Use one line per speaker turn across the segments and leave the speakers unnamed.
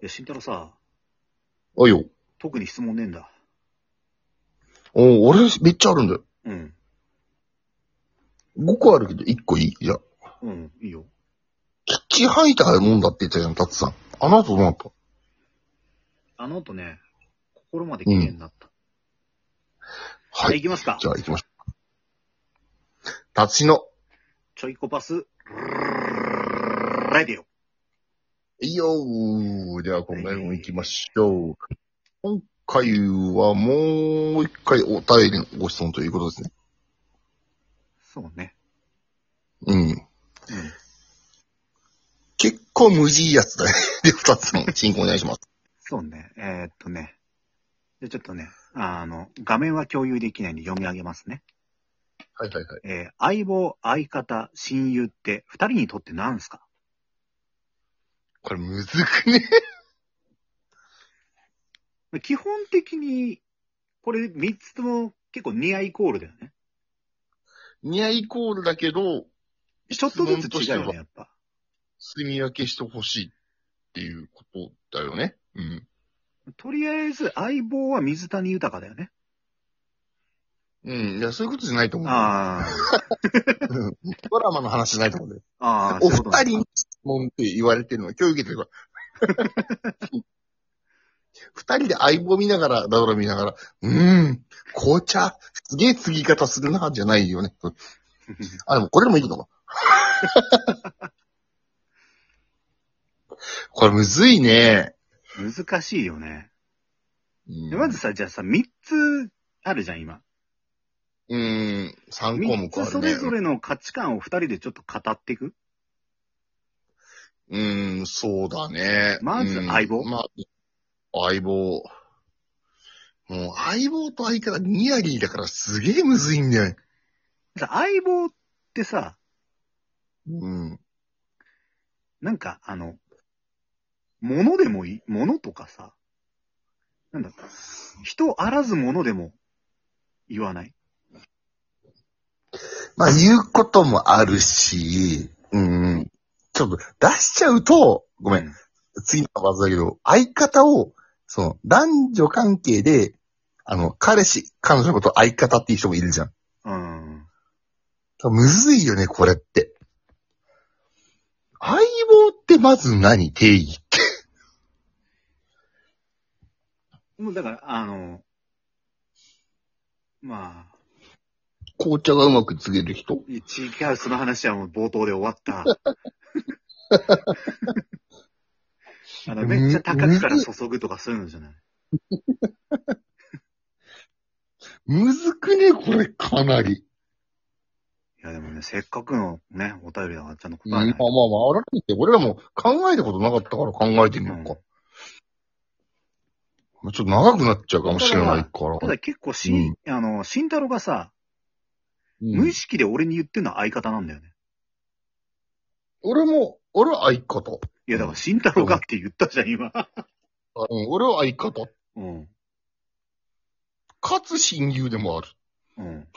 いや、慎太郎さ、
あいよ。
特に質問ねえんだ。
お俺、めっちゃあるんだよ。
うん。
5個あるけど、1個いいじゃあ。
うん、いいよ。
キッチンハイター飲んだって言ったじゃん、タツさん。あの後どうなった
あの後ね、心まで綺麗になった。
は
はい、
い。
行きますか
じ。ゃあ行きましょう。タツシの、
ちょいこパス、ライディオ。
いいよー。じゃあ今回も行きましょう。今回はもう一回お便りのご質問ということですね。
そうね。
うん。
うん。
結構無事いいやつだね。 で、二つの進行お願いします。
そうね。えーっとね。じゃあちょっとね、あの、画面は共有できないんで読み上げますね。
はいはいはい。
えー相棒、相方、親友って、二人にとって何すか
これむずくね
基本的に、これ三つとも結構ニアイコールだよね。
ニアイコールだけど、
ちょっとず
質問と
つ
し
違
て
うよ
は
ね、やっぱ。
住み分けしてほしいっていうことだよね。うん。
とりあえず、相棒は水谷豊だよね。
うん。いや、そういうことじゃないと思う。
あ
ドラマの話じゃないと思うんだよ。
あ。ああ、 そ
お
ういうことな
二
んだ
人に質問って言われてるのは、今日受けてるから。 二人で相棒見ながら、ダドラ見ながら、うーん、紅茶、すげえ継ぎ方するな、じゃないよね。あ、でもこれでもいいのか。 これむずいね。
難しいよね。
うん
でまずさ、じゃあさ、三つあるじゃん、今。
うーん、3項目
三
あるね。
つそれぞれの価値観を二人でちょっと語っていく。
うーん、そうだね。
まず相棒
うんまあ、相棒。もう、相棒と相方、ニアリーだからすげえむずいんだよ。
さ相棒ってさ、
うん。
なんか、あの、物でもいい、物とかさ、なんだろう、人あらず物でも言わない。
まあ、言うこともあるし、うん。ちょっと、出しちゃうと、ごめん、
ん。
次のバズだけど、相方を、その、男女関係で、あの、彼氏、彼女のこと相方っていう人もいるじゃん。
うん。
むずいよね、これって。相棒ってまず何定義って。
もうだから、あの、まあ、
紅茶がうまく告げる人
いや違う、その話はもう冒頭で終わった。あの、めっちゃ高くから注ぐとかそういうのじゃない
むずくね、これ、かなり。
いやでもね、せっかくのね、お便りだからちゃんと答
まあ
えな
まあ
い。
まあ、改めて、俺らも考えたことなかったから考えてみようか。ちょっと長くなっちゃうかもしれないから
た。だ結構し、ん、あの、慎太郎がさ、
うん
無意識で俺に言ってるのは相方なんだよね。
俺も、俺は相方。
いやだから慎太郎がって言ったじゃん、今。
うん、俺は相方。
うん。
かつ親友でもある。
うん。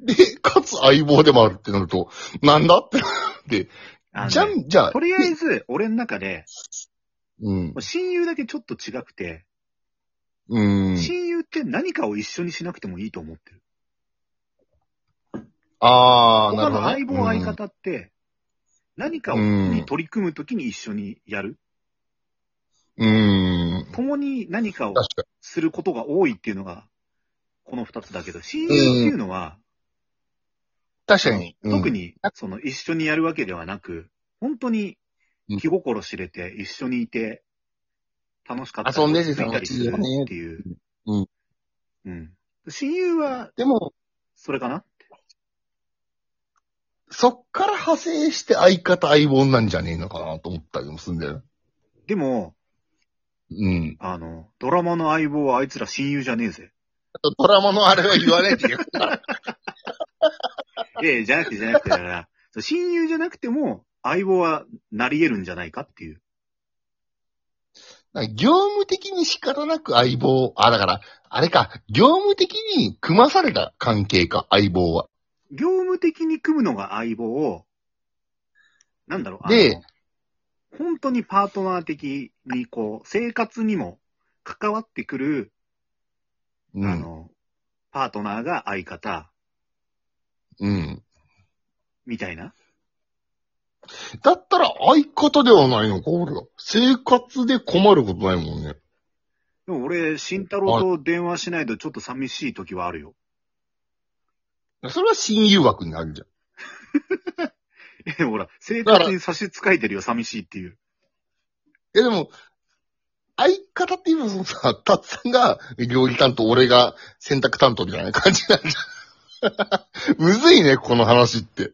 で、かつ相棒でもあるってなると、なんだってなって。
あのね
じゃん、じゃあ
と、りあえず、俺の中で、
うん。
親友だけちょっと違くて、
うん。
親友って何かを一緒にしなくてもいいと思ってる。
あー、
他
なるほ
の
ど、ね。
相棒相方って、何かを
うん
に取り組むときに一緒にやる。
うん。うん。
共に何かを
確か
することが多いっていうのが、この二つだけど、親友っていうのは、
確かに。うん
特に、その、一緒にやるわけではなく、本当に、気心知れて、一緒にいて、楽しかったり、
遊んでて
ついたりするっていう。
う
うん。親友は、
でも、
それかな
そっから派生して相方相棒なんじゃねえのかなと思ったりもするんだよね。
でも、
うん。
あの、ドラマの相棒はあいつら親友じゃねえぜ。
ドラマのあれは言わないでよ。
いやいや、じゃなくて、じゃなくて、だ から、そう親友じゃなくても、相棒はなり得るんじゃないかっていう。
なんか業務的に仕方なく相棒。あ、だから、あれか、業務的に組まされた関係か、相棒は。
業務的に組むのが相棒を、なんだろう、あの
で、
本当にパートナー的に、こう、生活にも関わってくる、
う
あ
ん。
の、パートナーが相方、
うん。
みたいな。
だったら相方ではないのか、俺ら。生活で困ることないもんね。
でも俺、慎太郎と電話しないとちょっと寂しい時はあるよ。
それは親友枠になるじゃん。
え、ほら、生活に差し支えてるよ、寂しいっていう。
え、でも、相方って言えばそのさ、たっさんが料理担当、俺が洗濯担当みたいな感じなんじゃ ん。むずいね、この話って。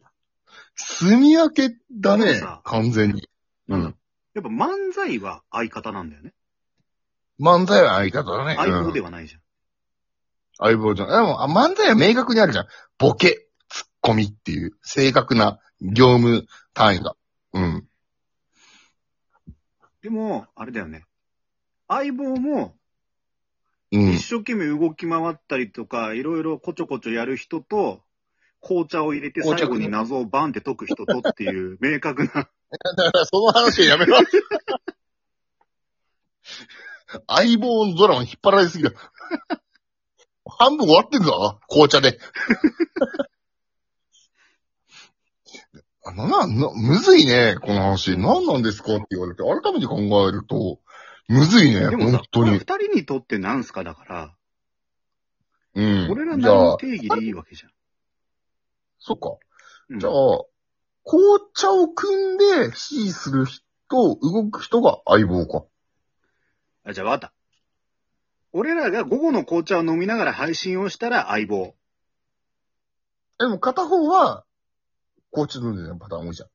住み分けだ
でも
ね
さ、
完全に。う
なんだ
ん。
やっぱ漫才は相方なんだよね。
漫才は相方だね。
相棒で
うん、
はないじゃん。
相棒じゃん。でもあ、漫才は明確にあるじゃん。ボケ、ツッコミっていう、正確な業務単位が。うん。
でも、あれだよね。相棒も、一
うん。
生懸命動き回ったりとか、いろいろこちょこちょやる人と、紅茶を入れて
紅
最
茶
後に謎をバンって解く人とって いう明確な。
だ から、その話はやめろ。相棒のドラマに引っ張られすぎだ。半分終わってんぞ、紅茶で。 あのな、な、むずいね、この話。何なんですかって言われて、改めて考えると、むずいね、
でもさ
本、当
これ二
に。
人にとってなんすかだから、
うん。
俺ら
じゃ
なり
あ
の、定義でいいわけじゃん。
そっか。
うん
じゃあ、紅茶を組んで指示する人、動く人が相棒か。
あ、じゃあわかった。俺らが午後の紅茶を飲みながら配信をしたら相棒。
でも片方は、紅茶飲んでるパターン多いじゃん。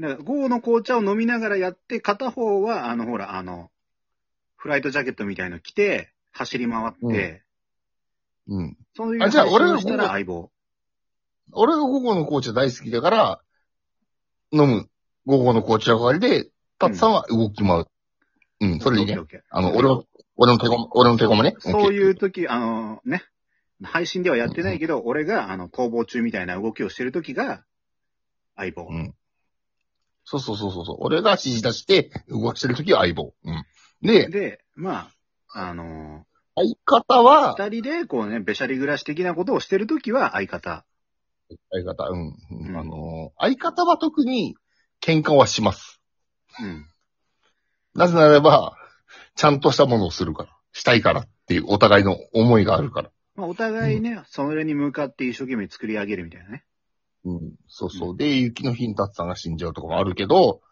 だから午後の紅茶を飲みながらやって、片方は、あの、ほら、あの、フライトジャケットみたいの着て、走り回って、
うんうん。
そういう
あじゃあ
配信
俺ら
をした
午
ら
後
相棒。
俺が午後の紅茶大好きだから、飲む。午後の紅茶代わりで、タツさんは動き回る。うん、それでいい
オッケー。オッケー
ねあの、俺の、俺の手駒、俺の手駒ね。。
そういうう時、あのね、配信ではやってないけど、俺が、あの、逃亡中みたいな動きをしてる時が、相棒。
うん。そうそうそうそうそう。俺が指示出して、動かしてるときは相棒。うん。で、
で、まあ、あの
相方は、
二人で、こうね、べしゃり暮らし的なことをしてる時は相方。
相方、うん。うん
うん
あのー相方は特に喧嘩はします。
うん。
なぜならば、ちゃんとしたものをするから。したいからっていうお互いの思いがあるから。
まあ、お互いね、それに向かって一生懸命作り上げるみたいなね。
うん。そうそう。で、雪の日にタツさんが死んじゃうとかもあるけど、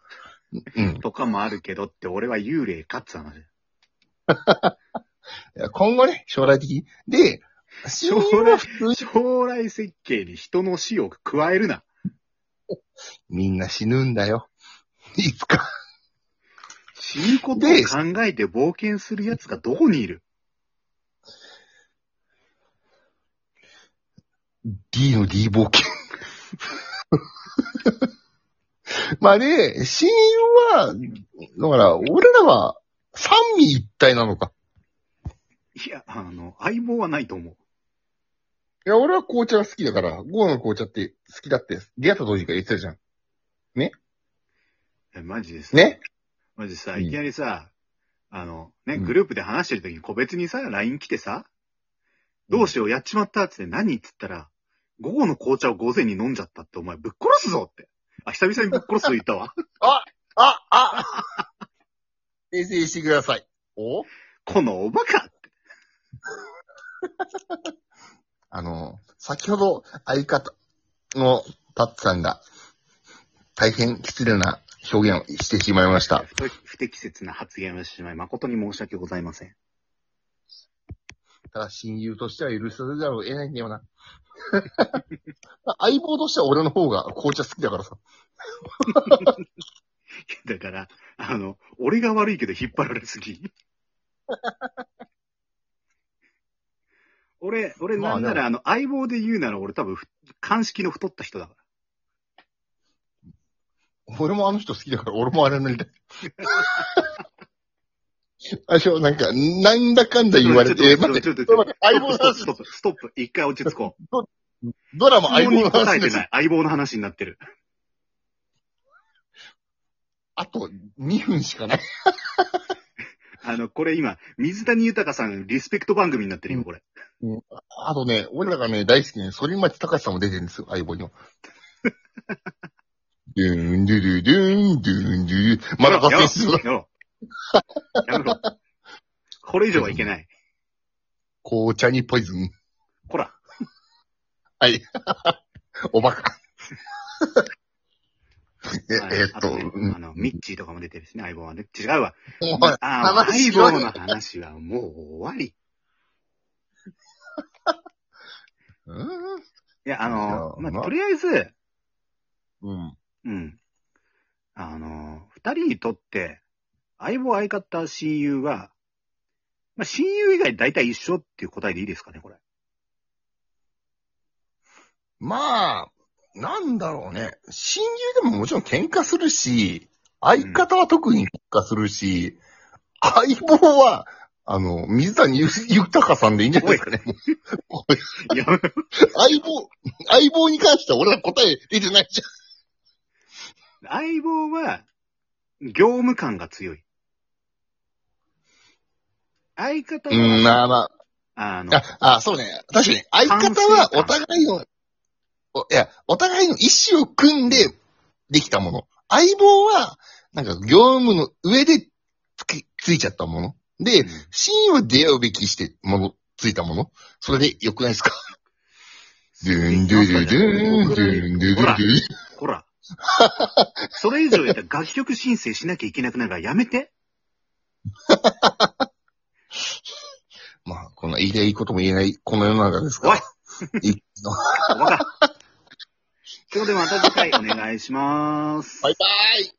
うん。
とかもあるけどって、俺は幽霊かっつう話。
いや今後ね、将来的に。で、親
将
友は
来
普通、
将来設計に人の死を加えるな。
みんな死ぬんだよ。いつか。
死ぬことを考えて冒険する奴がどこにいる
D の D 冒険。 まあね、親友は、だから、俺らは三味一体なのか。
いや、あの、相棒はないと思う。
いや、俺は紅茶が好きだから、ゴーの紅茶って好きだって、出会った当時から言ってたじゃん。
えマジでさ、
ね
マジでさ、
うん
いきなりさ、あの、ね、
うん
グループで話してる時に個別にさ、LINE 来てさ、どうしよう、やっちまったっつって何っつったら、午後の紅茶を午前に飲んじゃったってお前ぶっ殺すぞって。あ、久々にぶっ殺すと言った わ。
あ、あ 訂正してください。お
このおバカ
あの、先ほど相方のタッツさんが大変失礼な表現をしてしまいました。
不不適切な発言をしてしまい、誠に申し訳ございません。
ただ親友としては許さざるを得ないんだよな。 相棒としては俺の方が紅茶好きだからさ。
だから、あの、俺が悪いけど引っ張られすぎ。俺、俺
まあ
なんな
で
ら、あの、相棒で言うなら俺多分ふ、鑑識の太った人だから。
俺もあの人好きだ から俺もあれになりたい。あ、そう、なんか、なんだかんだ言われて、え待って、
ちょっと、ち
ド
ょ
ラ
っ
マ
と、
相棒の
ス
話
ト、ップ、ストップ、一回落ち着こう。
ドラマ
相棒
相棒の
に答え
話
て
です
ない。相棒の話になってる。
あと2分しかない。
あの、これ今、水谷豊さんリスペクト番組になってるよ、これ。
あとね、俺らがね、大好きね、反町隆史さんも出てるんですよ、相 棒には。ドゥーン、ドゥドゥドゥーン、ドゥーン、ドゥドゥ。まだ合戦する。
やろう。やめろ。これ以上はいけない。
紅茶にポイズン。
ほら。
はい。おバカ。え、
はい
えっ
あ
と、
ね
うん
あの、ミッチーとかも出てるしね、相棒はね。違うわ。
おい
ああ、相
話しろ
棒
よ
の話はもう終わり。
うん
いや、あ
いや
の、ま
ま
あ、
あ
とりあえず、
うん。
うん。あの、二人にとって、相棒相方親友は、まあ、親友以外大体一緒っていう答えでいいですかね、これ。
まあ、なんだろうね。親友でももちろん喧嘩するし、相方は特に喧嘩するし、相棒は、あの、水谷ゆ豊さんでいいんじゃないですかね。
いや、
相棒、相棒に関しては俺ら答え出てないじ
相棒は、業務感が強い。相方
ゃん。う
は、
ん、まあまあ。
あの、
あ、あ、そうね。確かに、相方はお互いの、おいや、お互いの意思を組んでできたもの。相棒は、なんか業務の上でつき、ついちゃったもの。で、真を出会うべきして、もの、ついたもの。それで良くないですかドゥンドゥドゥドゥン、ドゥンドゥドゥドゥン。
ほら。それ以上やったら楽曲申請しなきゃいけなくなるからやめて。
まあ、こんな言いたいことも言えない、この世の中ですか
おい
ら。
わか。今日でまた次回お願いします。
バイバイ